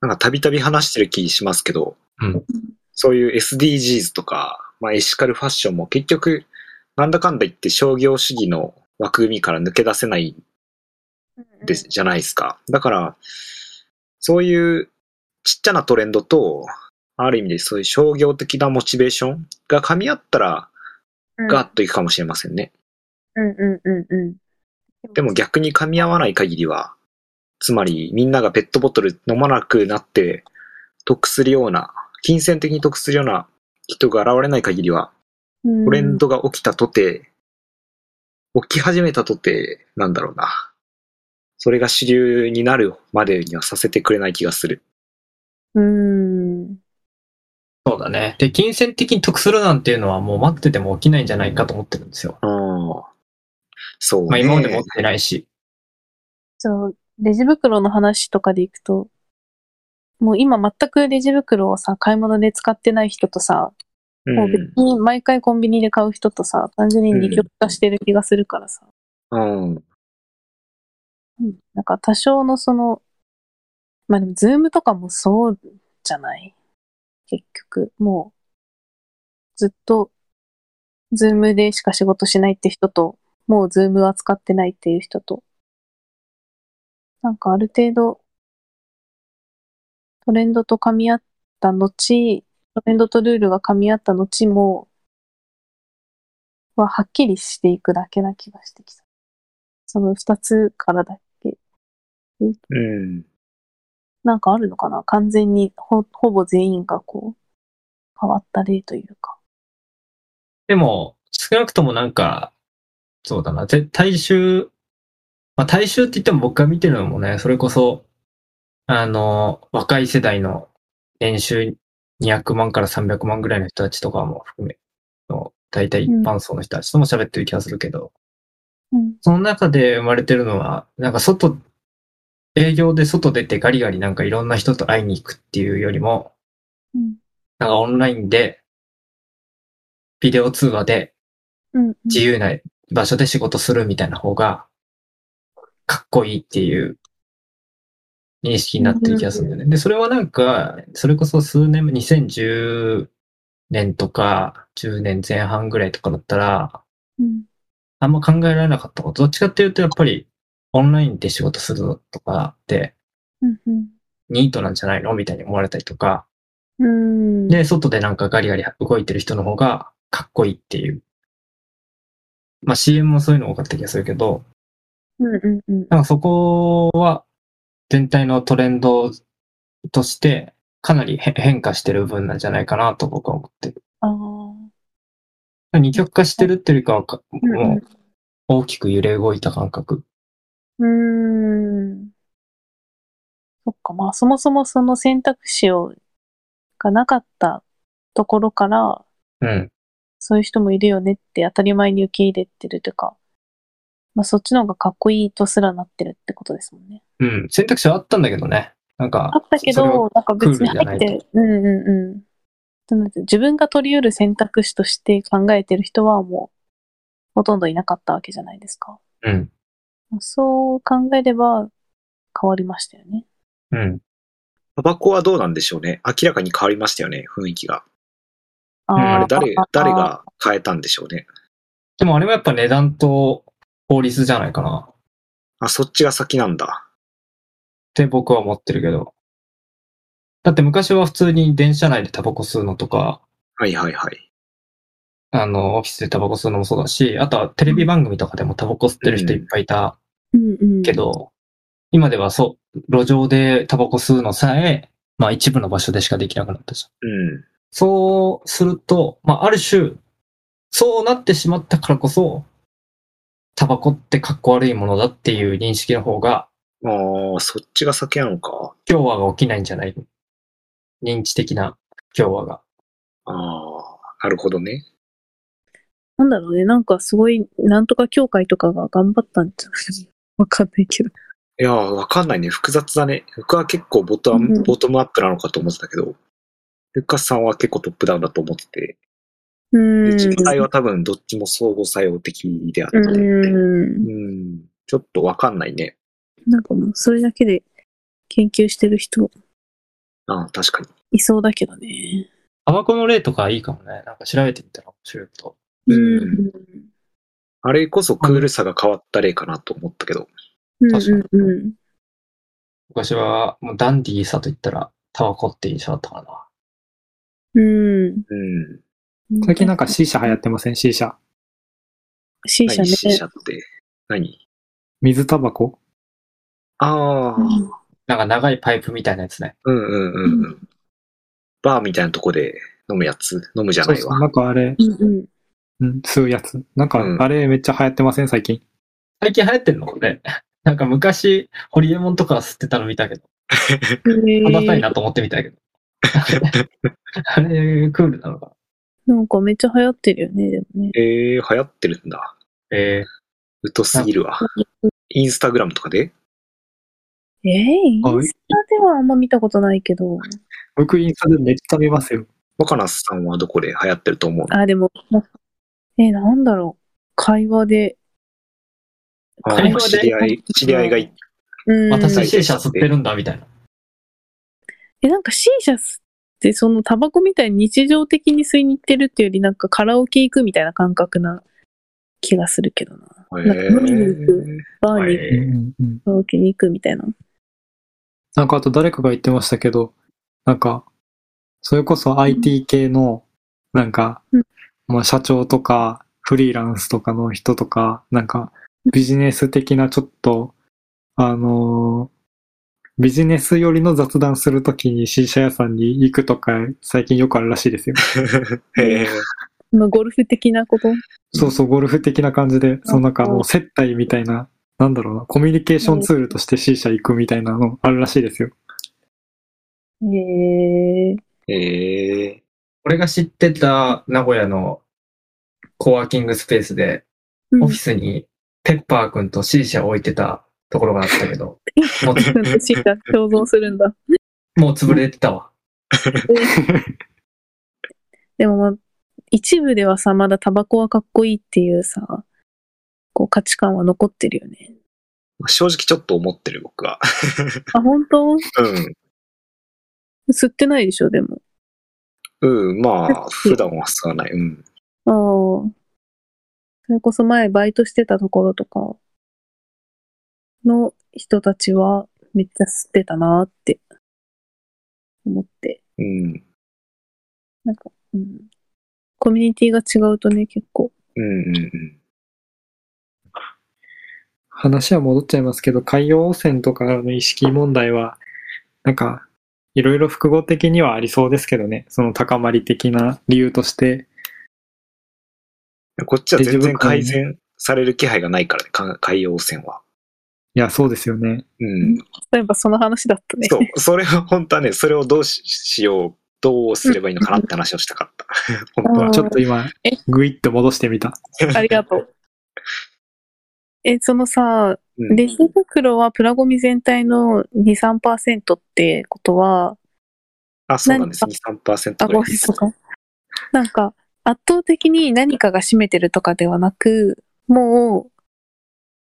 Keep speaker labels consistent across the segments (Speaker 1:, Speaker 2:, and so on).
Speaker 1: なんかたびたび話してる気しますけど、
Speaker 2: うん
Speaker 1: そういう SDGs とか、まあ、エシカルファッションも結局、なんだかんだ言って商業主義の枠組みから抜け出せないでじゃないですか。だから、そういうちっちゃなトレンドと、ある意味でそういう商業的なモチベーションが噛み合ったら、
Speaker 3: うん
Speaker 1: ガッといくかもしれませんね。
Speaker 3: うんうんうんうん。
Speaker 1: でも逆に噛み合わない限りは、つまりみんながペットボトル飲まなくなって得するような、金銭的に得するような人が現れない限りは、
Speaker 3: うん、
Speaker 1: トレンドが起きたとて、起き始めたとて、なんだろうな。それが主流になるまでにはさせてくれない気がする。
Speaker 3: うん。
Speaker 2: そうだね。で、金銭的に得するなんていうのはもう待ってても起きないんじゃないかと思ってるんですよ。
Speaker 1: うん。そう、ね。
Speaker 2: まあ今まで持ってないし。
Speaker 3: そう、レジ袋の話とかでいくと、もう今全くレジ袋をさ、買い物で使ってない人とさ、もう別に毎回コンビニで買う人とさ、単純に二極化してる気がするからさ、
Speaker 1: うん。うん。
Speaker 3: うんなんか多少のその、まあでもズームとかもそうじゃない結局、もう、ずっと、ズームでしか仕事しないって人と、もうズームは使ってないっていう人と、なんかある程度、トレンドと噛み合った後、トレンドとルールが噛み合った後も、ははっきりしていくだけな気がしてきた。その二つからだっけ。
Speaker 1: うん。
Speaker 3: なんかあるのかな完全にほ、ほぼ全員がこう、変わった例というか。
Speaker 2: でも、少なくともなんか、そうだな、ぜ大衆、まあ大衆って言っても僕が見てるのもね、それこそ、あの、若い世代の年収200万から300万ぐらいの人たちとかも含め、の大体一般層の人たちとも喋ってる気がするけど、
Speaker 3: うん。
Speaker 2: その中で生まれてるのは、なんか外、営業で外出てガリガリなんかいろんな人と会いに行くっていうよりも、
Speaker 3: うん。
Speaker 2: なんかオンラインで、ビデオ通話で
Speaker 3: うん。
Speaker 2: 自由な場所で仕事するみたいな方が、かっこいいっていう認識になってる気がするんだよね。で、それはなんか、それこそ数年目、2010年とか、10年前半ぐらいとかだったら、
Speaker 3: うん。
Speaker 2: あんま考えられなかったこと。どっちかっていうと、やっぱり、オンラインで仕事するのとかって、
Speaker 3: うん。うん。
Speaker 2: ニートなんじゃないのみたいに思われたりとか、
Speaker 3: うん。
Speaker 2: で、外でなんかガリガリ動いてる人の方がかっこいいっていう。まあ CM もそういうの多かった気がするけど、
Speaker 3: うん。うん。うん。
Speaker 2: なんかそこは全体のトレンドとしてかなりへ変化してる分なんじゃないかなと僕は思ってる。
Speaker 3: ああ。
Speaker 2: 二極化してるっていうよりかはか、
Speaker 3: うんうん
Speaker 2: もう大きく揺れ動いた感覚。
Speaker 3: うーん。そっか、まあそもそもその選択肢を、がなかったところから、
Speaker 2: うん。
Speaker 3: そういう人もいるよねって当たり前に受け入れてるというか、まあそっちの方がかっこいいとすらなってるってことですもんね。
Speaker 2: うん。選択肢はあったんだけどね。なんか。
Speaker 3: あったけ
Speaker 2: それを
Speaker 3: ど、なんか別に
Speaker 2: クールじゃな
Speaker 3: 入
Speaker 2: い
Speaker 3: っ
Speaker 2: と
Speaker 3: て、うんうんうん。そうなんですよ自分が取り得る選択肢として考えてる人はもう、ほとんどいなかったわけじゃないですか。
Speaker 2: うん。
Speaker 3: そう考えれば、変わりましたよね。
Speaker 2: うん。
Speaker 1: タバコはどうなんでしょうね。明らかに変わりましたよね、雰囲気が。
Speaker 3: あ
Speaker 2: うん
Speaker 3: ー
Speaker 1: あれ誰、誰が変えたんでしょうね。
Speaker 2: でもあれもやっぱ値段と法律じゃないかなっ
Speaker 1: あ、そっちが先なんだ。
Speaker 2: て僕は思ってるけど。だって昔は普通に電車内でタバコ吸うのとか、
Speaker 1: はいはいはい。
Speaker 2: あの、オフィスでタバコ吸うのもそうだし、あとはテレビ番組とかでもタバコ吸ってる人いっぱいいた
Speaker 3: うんうん。
Speaker 2: けど、今ではそう、路上でタバコ吸うのさえ、まあ一部の場所でしかできなくなったじゃん。
Speaker 1: うん。
Speaker 2: そうすると、まあある種、そうなってしまったからこそ、タバコってかっこ悪いものだっていう認識の方が
Speaker 1: ああ、そっちが先なのか。
Speaker 2: 共和が起きないんじゃない認知的な共和が。
Speaker 1: ああ、なるほどね。
Speaker 3: なんだろうね、なんかすごい、なんとか協会とかが頑張ったんじゃない わかんないけど。
Speaker 1: いやー、わかんないね。複雑だね。僕は結構ボトム、
Speaker 3: うん
Speaker 1: ボトムアップなのかと思ってたけど、ルカスさんは結構トップダウンだと思ってて、
Speaker 3: う
Speaker 1: で
Speaker 3: ん。
Speaker 1: 実際は多分どっちも相互作用的であって、
Speaker 3: う。
Speaker 1: うんちょっとわかんないね。
Speaker 3: なんかもう、それだけで研究してる人
Speaker 1: ああ、確かに。
Speaker 3: いそうだけどね。
Speaker 2: タバコの例とかいいかもね。なんか調べてみたら面白いと。
Speaker 1: うん
Speaker 3: うん
Speaker 1: あれこそクールさが変わった例かなと思ったけど。
Speaker 3: うん
Speaker 2: 確
Speaker 3: うんうん。
Speaker 2: 昔は、もうダンディーさと言ったら、タバコって印象だったかな。
Speaker 3: うん。
Speaker 1: うん。
Speaker 4: 最近なんか C 社流行ってません ?C 社。
Speaker 3: C 社
Speaker 1: 何 C 社
Speaker 3: ね。
Speaker 1: って。何
Speaker 4: 水タバコ
Speaker 1: ああ、
Speaker 3: うん
Speaker 2: なんか長いパイプみたいなやつね。
Speaker 1: うんうんうんうん。バーみたいなとこで飲むやつ飲むじゃ
Speaker 4: そ
Speaker 1: な
Speaker 4: う
Speaker 1: い
Speaker 4: そ
Speaker 1: わ。
Speaker 4: う。なんかあれ、
Speaker 3: うんうん。
Speaker 4: うん、吸うやつ。なんか
Speaker 1: うん
Speaker 4: あれめっちゃ流行ってません最近。
Speaker 2: 最近流行ってんのね。 なんか昔、ホリエモンとか吸ってたの見たけど、
Speaker 3: へ
Speaker 2: 肌たい
Speaker 3: ー
Speaker 2: なと思ってみたけど。 あれ、クールなのか
Speaker 3: なんかめっちゃ流行ってるよね、でもね。
Speaker 1: ええー、流行ってるんだ。
Speaker 2: な。え
Speaker 1: 疎すぎるわ。インスタグラムとかで
Speaker 3: えー、イン
Speaker 4: あ
Speaker 3: スタではあんま見たことないけど。
Speaker 4: 僕インスタでめっちゃ見ますよ。
Speaker 1: 若菜さんはどこで流行ってると思う
Speaker 3: あ、でも、えー、なんだろう。会話で。
Speaker 1: あ
Speaker 2: 会
Speaker 1: ー
Speaker 2: 話で
Speaker 1: 知り合い、知り合いがい
Speaker 3: う
Speaker 2: ー、
Speaker 3: ん。
Speaker 2: 私、
Speaker 1: 最
Speaker 2: シ
Speaker 1: 近
Speaker 2: ーシャ吸ってるんだ、みたいな。
Speaker 3: え、なんか C 社ってそのタバコみたいに日常的に吸いに行ってるっていうよりなんかカラオケ行くみたいな感覚な気がするけどな。
Speaker 1: え
Speaker 3: なんか飲みに行く
Speaker 1: ー
Speaker 3: バーに
Speaker 2: は
Speaker 3: カ
Speaker 2: い
Speaker 4: うんうん
Speaker 3: ラオケに行くみたいな。
Speaker 4: なんかあと誰かが言ってましたけど、なんか、それこそ IT 系の、なんか
Speaker 3: うん、
Speaker 4: まあ社長とか、フリーランスとかの人とか、なんか、ビジネス的なちょっと、あのービジネス寄りの雑談するときに C 社屋さんに行くとか、最近よくあるらしいですよ。
Speaker 1: えー
Speaker 3: まあ、ゴルフ的なこと。
Speaker 4: そうそう、ゴルフ的な感じで、そのなんかあの、接待みたいな、なんだろうな、コミュニケーションツールとして C 社行くみたいなのあるらしいですよ。
Speaker 3: へえ
Speaker 1: えー
Speaker 2: 俺が知ってた名古屋のコワーキングスペースで、
Speaker 3: うん
Speaker 2: オフィスにペッパーくんとシーシャ置いてたところがあったけ ど、もうつ
Speaker 3: うんと C 社共存するんだ。
Speaker 2: もう潰れてたわ。
Speaker 3: でもまあ、一部ではさ、まだタバコはかっこいいっていうさ、こう価値観は残ってるよね。
Speaker 1: 正直ちょっと思ってる僕は。
Speaker 3: あ、本当
Speaker 1: うん。
Speaker 3: 吸ってないでしょ、でも。
Speaker 1: うん、まあ、普段は吸わない。うん。
Speaker 3: ああ。それこそ前バイトしてたところとかの人たちはめっちゃ吸ってたなって思って。
Speaker 1: うん。
Speaker 3: なんか、うん。コミュニティが違うとね、結構。
Speaker 1: うんうんうん。
Speaker 4: 話は戻っちゃいますけど、海洋汚染とかの意識問題は、なんか、いろいろ複合的にはありそうですけどね、その高まり的な理由として。
Speaker 1: こっちは全然改善される気配がないからね、か海洋汚染は。
Speaker 4: いや、そうですよね。
Speaker 1: うん。
Speaker 3: 例えばその話だったね。
Speaker 1: そう、それは本当はね、それをどうししよう、どうすればいいのかなって話をしたかった。本当
Speaker 3: う
Speaker 1: は
Speaker 3: ん。
Speaker 4: ちょっと今
Speaker 3: え、
Speaker 4: ぐいっと戻してみた。
Speaker 3: ありがとう。え、そのさ、
Speaker 1: うん
Speaker 3: レジ袋はプラゴミ全体の2、3%ってことは、
Speaker 1: あ、そうなんです。2、3%
Speaker 3: あ、
Speaker 1: ぐら
Speaker 3: ご
Speaker 1: い
Speaker 3: め
Speaker 1: で
Speaker 3: ん、
Speaker 1: す
Speaker 3: そう。か。なんか、圧倒的に何かが占めてるとかではなく、もう、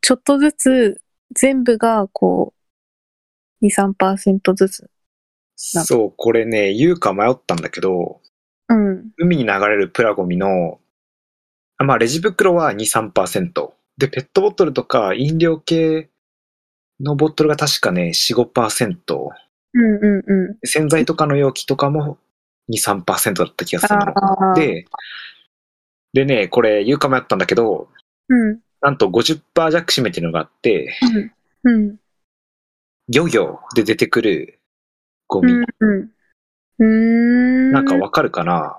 Speaker 3: ちょっとずつ、全部が、こう、2、3%ずつ。
Speaker 1: そう、これね、言うか迷ったんだけど、
Speaker 3: うん。
Speaker 1: 海に流れるプラゴミの、あまあ、レジ袋は2、3%。で、ペットボトルとか飲料系のボトルが確かね、4、5%。
Speaker 3: うんうんう
Speaker 1: 洗剤とかの容器とかも2、3%だった気がする
Speaker 3: あ
Speaker 1: の。
Speaker 3: ー
Speaker 1: で、でね、これ言うか迷ったんだけど、
Speaker 3: ん。うん。
Speaker 1: なんと50%弱占めてるのがあって、
Speaker 3: うん。うん。
Speaker 1: 漁業で出てくるゴミ。
Speaker 3: うん。うーん。
Speaker 1: なんかわかるかな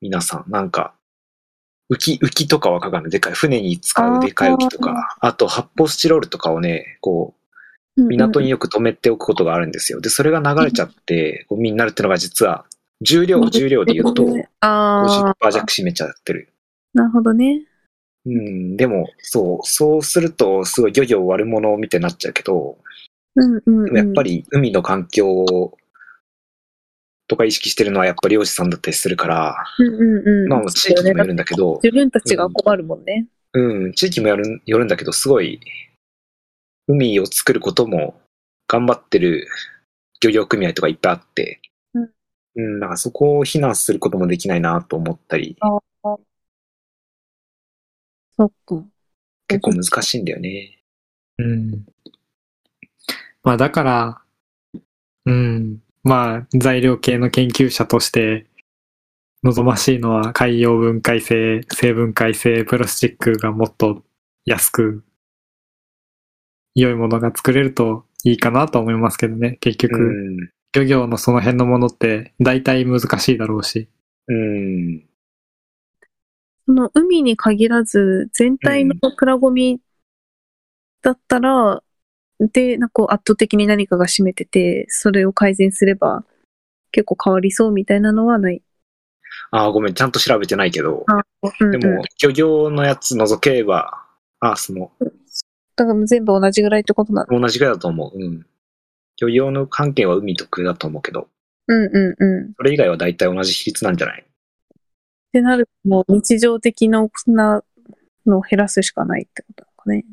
Speaker 1: 皆さん。なんか、浮き、浮きとかわかんない。でかい。船に使うでかい浮きとか、あと発泡スチロールとかをね、こ
Speaker 3: うん、
Speaker 1: う、港によく止めておくことがあるんですよ。で、それが流れちゃって、ゴミになるってのが実は、重量、重量で言うと、50%
Speaker 3: ああ。
Speaker 1: 弱占めちゃってる。
Speaker 3: なるほどね。
Speaker 1: うん、でも、そう、そうすると、すごい漁業悪者みたいになっちゃうけど、
Speaker 3: うんうん、
Speaker 1: で
Speaker 3: うん。
Speaker 1: もやっぱり海の環境とか意識してるのはやっぱ漁師さんだったりするから、
Speaker 3: うんうんうん。
Speaker 1: まあもう地域にもよるんだけど、
Speaker 3: 自分たちが困るもんね。
Speaker 1: うん、地域もよるよるんだけど、すごい、海を作ることも頑張ってる漁業組合とかいっぱいあって、うん、なんかそこを非難することもできないなと思ったり、
Speaker 3: そっか。
Speaker 1: 結構難しいんだよね。
Speaker 4: うん。まあだから、うん。まあ材料系の研究者として望ましいのは海洋分解性、生分解性、プラスチックがもっと安く良いものが作れるといいかなと思いますけどね。結
Speaker 1: う
Speaker 4: 局、
Speaker 1: ん。
Speaker 4: 漁業のその辺のものって大体難しいだろうし。
Speaker 1: うん。
Speaker 3: その海に限らず、全体のプラゴミだったら、で、なんかこう圧倒的に何かが占めてて、それを改善すれば結構変わりそうみたいなのはない。
Speaker 1: あーごめん、ちゃんと調べてないけど、
Speaker 3: うんう
Speaker 1: で
Speaker 3: ん
Speaker 1: も、漁業のやつ除けば、あーその、
Speaker 3: だから全部同じぐらいってことなの。
Speaker 1: 同じぐらいだと思う。うん。漁業の関係は海と空だと思うけど、
Speaker 3: うんうんうん。っ
Speaker 1: それ以外は大体同じ比率なんじゃない
Speaker 3: てなると、もう日常的ななのを減らすしかないってことなのかね。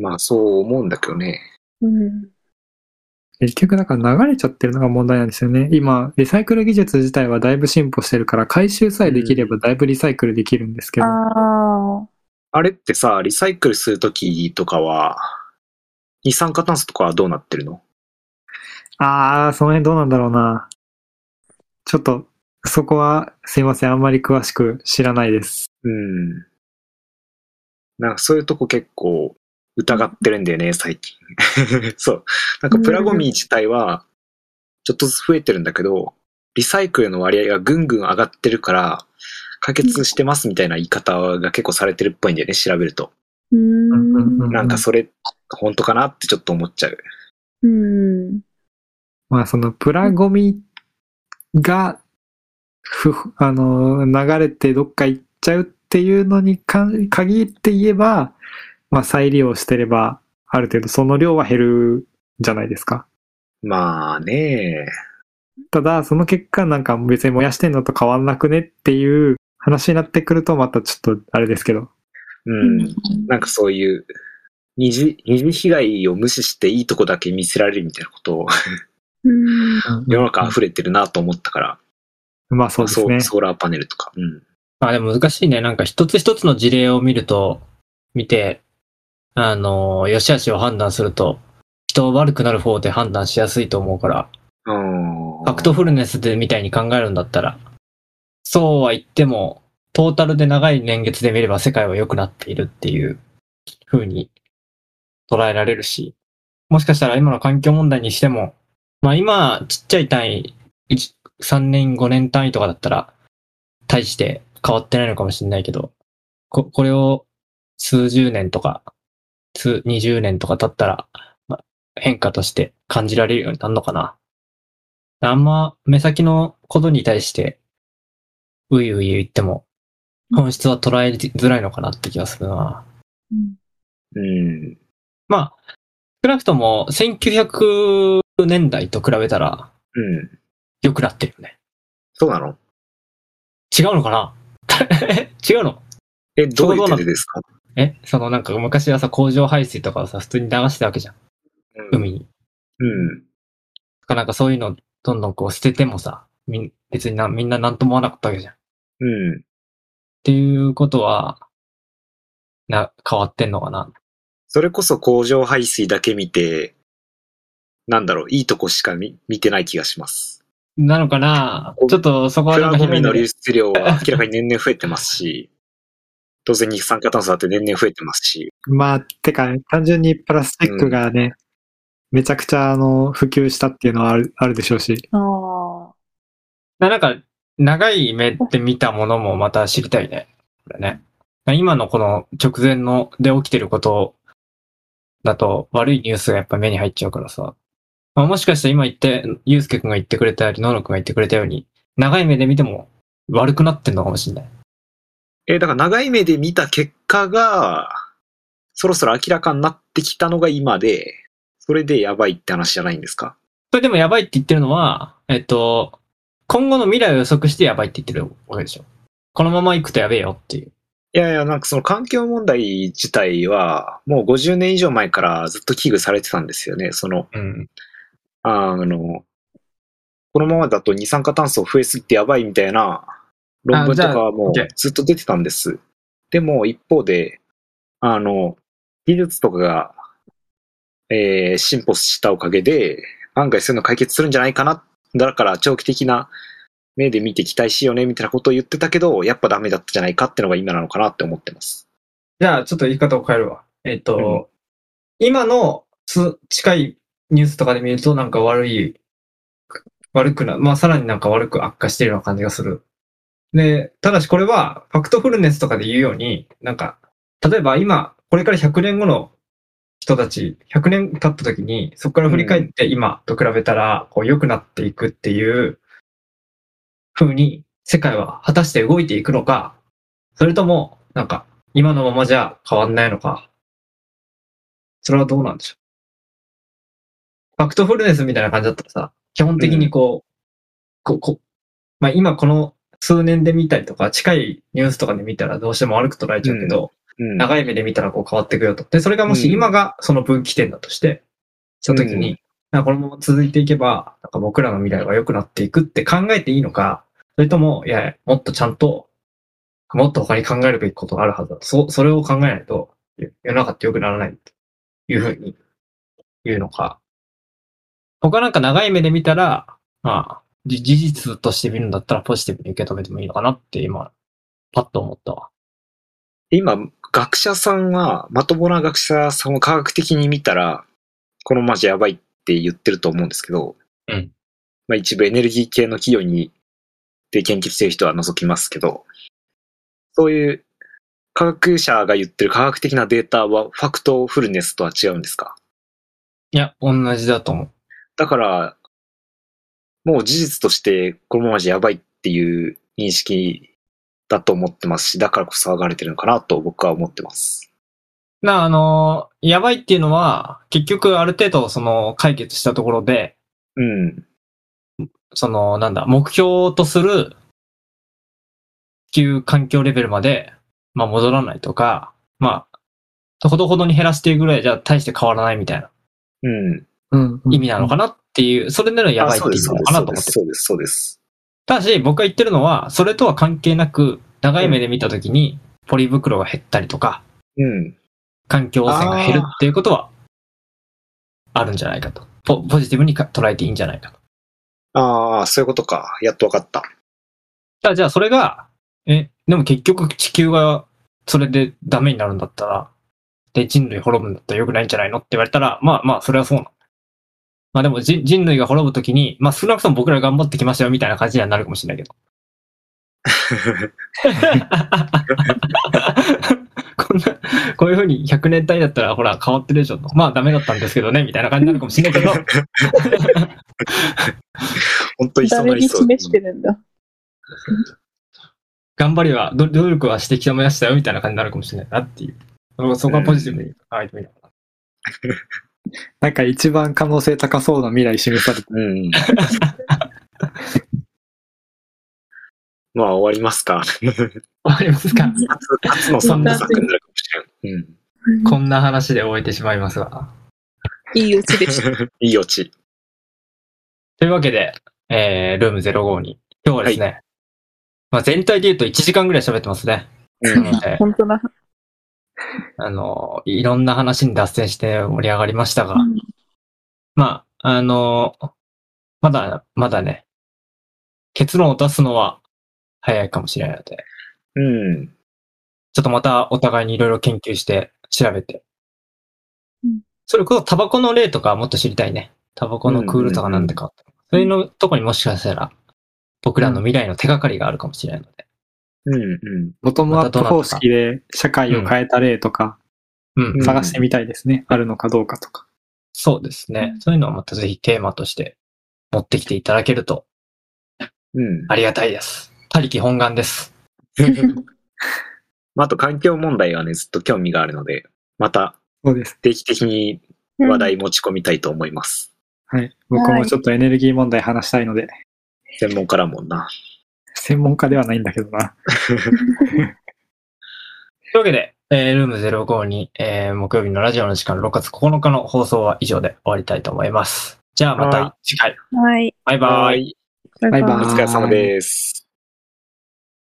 Speaker 1: まあ、そう思うんだけどね。
Speaker 3: うん。
Speaker 4: 結局だから流れちゃってるのが問題なんですよね。今、リサイクル技術自体はだいぶ進歩してるから、回収さえできればだいぶリサイクルできるんですけど。
Speaker 3: ああ。
Speaker 1: あれってさ、リサイクルするときとかは、二酸化炭素とかはどうなってるの
Speaker 4: あー、その辺どうなんだろうな。ちょっと、そこはすいません。あんまり詳しく知らないです。
Speaker 1: うん。なんかそういうとこ結構疑ってるんだよね、最近。 そう。なんかプラゴミ自体は、ちょっとずつ増えてるんだけど、リサイクルの割合がぐんぐん上がってるから、解決してますみたいな言い方が結構されてるっぽいんだよね、調べると。
Speaker 3: うーん。
Speaker 4: うんうん
Speaker 1: なんかそれ、本当かなってちょっと思っちゃう。
Speaker 3: うん。
Speaker 4: まあ、そのプラゴミが、ふ、あの、流れてどっか行っちゃうっていうのにか限って言えば、まあ、再利用してれば、ある程度その量は減るじゃないですか。
Speaker 1: まあね
Speaker 4: ただ、その結果、なんか別に燃やしてんのと変わんなくねっていう話になってくると、またちょっとあれですけど。
Speaker 1: うん。なんかそういう、二次、二次被害を無視していいとこだけ見せられるみたいなことを
Speaker 3: うん。
Speaker 1: 世の中溢れてるなと思ったから、
Speaker 4: まあそうですね。
Speaker 1: ソーラーパネルとか。うん。
Speaker 2: まあでも難しいね。なんか一つ一つの事例を見ると、見て、あの、良し悪しを判断すると、人を悪くなる方で判断しやすいと思うから、
Speaker 1: フ
Speaker 2: ファクトフルネスでみたいに考えるんだったら、そうは言っても、トータルで長い年月で見れば世界は良くなっているっていう風に捉えられるし、もしかしたら今の環境問題にしても、まあ今、ちっちゃい単位、一3年、5年単位とかだったら、大して変わってないのかもしれないけど、ここれを数十年とか、数、20年とか経ったら、まあ変化として感じられるようになるのかな。あんま目先のことに対して、ういうい言っても、本質は捉えづらいのかなって気がするな。
Speaker 3: うん
Speaker 1: うん。
Speaker 2: まあ、少なくとも1900年代と比べたら
Speaker 1: うん。
Speaker 2: 良くなってるよね。
Speaker 1: そうなの
Speaker 2: 違うのかな 違うの
Speaker 1: え、どういう点でですか
Speaker 2: えそのなんか昔はさ、工場排水とかをさ、普通に流してたわけじゃん。
Speaker 1: うん。
Speaker 2: 海に。
Speaker 1: うん。
Speaker 2: なんかそういうのどんどんこう捨ててもさ、みん別にな、みんななんとも思わなかったわけじゃん。
Speaker 1: うん。
Speaker 2: っていうことは、な、変わってんのかな。
Speaker 1: それこそ工場排水だけ見て、なんだろう、いいとこしか見見てない気がします。
Speaker 2: なのかな
Speaker 1: こう
Speaker 2: ちょっとそこは
Speaker 1: プ
Speaker 2: な
Speaker 1: ラ
Speaker 2: んか
Speaker 1: ゴ
Speaker 2: 広
Speaker 1: ミ
Speaker 2: いん
Speaker 1: の
Speaker 2: だけ
Speaker 1: 流
Speaker 2: ど
Speaker 1: 出量は明らかに年々増えてますし、 当然二酸化炭素だって年々増えてますし、
Speaker 4: まあ、てか、単純にプラスチックがね、めちゃくちゃあの普及したっていうのはあるあるでしょうし。
Speaker 3: ああ。
Speaker 2: なんか、長い目で見たものもまた知りたいね。これね。今のこの直前ので起きてることだと悪いニュースがやっぱ目に入っちゃうからさ。まあ、もしかして今言って、ゆうすけくんが言ってくれたより、ののくんが言ってくれたように、長い目で見ても悪くなってんのかもしれない。
Speaker 1: え、だから長い目で見た結果が、そろそろ明らかになってきたのが今で、それでやばいって話じゃないんですか
Speaker 2: それでもやばいって言ってるのは、えっと、今後の未来を予測してやばいって言ってるわけでしょ。このまま行くとやべえよっていう。
Speaker 1: いやいや、なんかその環境問題自体は、もう50年以上前からずっと危惧されてたんですよね。その、
Speaker 2: うん。
Speaker 1: あの、このままだと二酸化炭素増えすぎてやばいみたいな論文とかはも
Speaker 2: あじゃあ
Speaker 1: うずっと出てたんです。でも一方で、あの、技術とかが、えー進歩したおかげで、案外そういうの解決するんじゃないかな。だから長期的な目で見て期待しようねみたいなことを言ってたけど、やっぱダメだったじゃないかってのが今なのかなって思ってます。
Speaker 2: じゃあ、ちょっと言い方を変えるわ。えっと、今のつ近いニュースとかで見ると、なんか悪い、悪くな、まあさらになんか悪く悪化しているような感じがする。で、ただしこれは、ファクトフルネスとかで言うように、なんか、例えば今、これから100年後の人たち、100年経った時に、そこから振り返って今と比べたら、こう良くなっていくっていう風に、世界は果たして動いていくのか、それとも、なんか、今のままじゃ変わんないのか。それはどうなんでしょう。ファクトフルネスみたいな感じだったらさ、基本的にこう、ここまあ今この数年で見たりとか、近いニュースとかで見たらどうしても悪く捉えちゃうけど、
Speaker 1: うん。
Speaker 2: 長い目で見たらこう変わっていくよと。で、それがもし
Speaker 1: うん
Speaker 2: 今がその分岐点だとして、した時
Speaker 1: う
Speaker 2: に、なんかこのまま続いていけば、なんか僕らの未来は良くなっていくって考えていいのか、それとも、いや、もっとちゃんと、もっと他に考えるべきことがあるはずだと。そ、それを考えないと、世の中って良くならないというふうに言うのか。他なんか長い目で見たら、まあ、じ事実として見るんだったらポジティブに受け止めてもいいのかなって今、パッと思ったわ。
Speaker 1: 今、学者さんは、まともな学者さんを科学的に見たら、このままじゃやばいって言ってると思うんですけど、
Speaker 2: うん
Speaker 1: まあ一部エネルギー系の企業に、で研究してる人は除きますけど、そういう科学者が言ってる科学的なデータはファクトフルネスとは違うんですか
Speaker 2: いや、同じだと思う。
Speaker 1: だから、もう事実としてこのままじゃやばいっていう認識だと思ってますし、だからこそ騒がれてるのかなと僕は思ってます。
Speaker 2: な、あの、やばいっていうのは、結局ある程度その解決したところで、
Speaker 1: うん。
Speaker 2: その、なんだ、目標とする地球環境レベルまで、まあ戻らないとか、まあ、ほどほどに減らしていくぐらいじゃ大して変わらないみたいな
Speaker 1: うん。
Speaker 4: うん、うん
Speaker 2: 意味なのかなっていう、それならやばいっていうのかなと思って
Speaker 1: そうです、そうです。
Speaker 2: ただし、僕が言ってるのは、それとは関係なく、長い目で見たときに、ポリ袋が減ったりとか、
Speaker 1: うん。
Speaker 2: 環境汚染が減るっていうことは、あるんじゃないかと。ポポジティブにか捉えていいんじゃないかと。
Speaker 1: ああ、そういうことか。やっとわかった。
Speaker 2: ただじゃあそれが、え、でも結局地球がそれでダメになるんだったら、で人類滅ぶんだったら良くないんじゃないのって言われたら、まあまあそれはそうなの。まあでも人人類が滅ぶときに、まあ少なくとも僕ら頑張ってきましたよみたいな感じにはなるかもしれないけど。こんな、こういうふうに100年単位だったらほら変わってるでしょと。まあダメだったんですけどね、みたいな感じになるかもしれないけど、
Speaker 1: 本当にそうな
Speaker 3: 誰
Speaker 1: り
Speaker 3: に
Speaker 1: そう。
Speaker 3: 示してるんだ。
Speaker 2: 頑張りは、ど努力はしてきたましたよみたいな感じになるかもしれないなっていう。そこそこはポジティブに考えてみるか
Speaker 4: なんか一番可能性高そうな未来示されて
Speaker 1: うん。 まあ、終わりますか。
Speaker 2: な。わかりますか
Speaker 1: 初の三部作になるかもしれん。うん。
Speaker 2: こんな話で終えてしまいますが。
Speaker 3: いいオチでした。
Speaker 1: いいオチ。
Speaker 2: というわけで、えー、ルーム05に、今日はですね、まあ全体で言うと1時間ぐらい喋ってますね。
Speaker 1: うん。
Speaker 2: なので、
Speaker 3: 本当だ。
Speaker 2: あの、いろんな話に脱線して盛り上がりましたが、まあ、あの、まだ、まだね、結論を出すのは早いかもしれないので、
Speaker 1: うん。
Speaker 2: ちょっとまたお互いにいろいろ研究して、調べて
Speaker 3: うん。
Speaker 2: それこそタバコの例とかもっと知りたいね。タバコのクールとかなんてか。そういうのとこにもしかしたら、僕らの未来の手がかりがあるかもしれないので。
Speaker 1: うん。うん。
Speaker 4: ボトムアップ方式で社会を変えた例とか
Speaker 2: うん。
Speaker 1: うん
Speaker 4: 探してみたいですね。あるのかどうかとか。
Speaker 2: そうですね。そういうのをまたぜひテーマとして持ってきていただけると
Speaker 1: うん。
Speaker 2: ありがたいです。他力本願です。
Speaker 1: まあ、あと環境問題はね、ずっと興味があるので、また
Speaker 4: そうです。
Speaker 1: 定期的に
Speaker 3: うん
Speaker 1: 話題持ち込みたいと思います。
Speaker 4: はい。僕もちょっとエネルギー問題話したいので、
Speaker 1: 専門家だもんな。
Speaker 4: 専門家ではないんだけどな。
Speaker 2: というわけで、えールーム05に、えー木曜日のラジオの時間6月9日の放送は以上で終わりたいと思います。じゃあま
Speaker 1: は
Speaker 2: た次回。
Speaker 3: はい。
Speaker 2: バイバイ。
Speaker 1: い。
Speaker 3: バ
Speaker 4: バイバーイ
Speaker 1: お疲れ様です。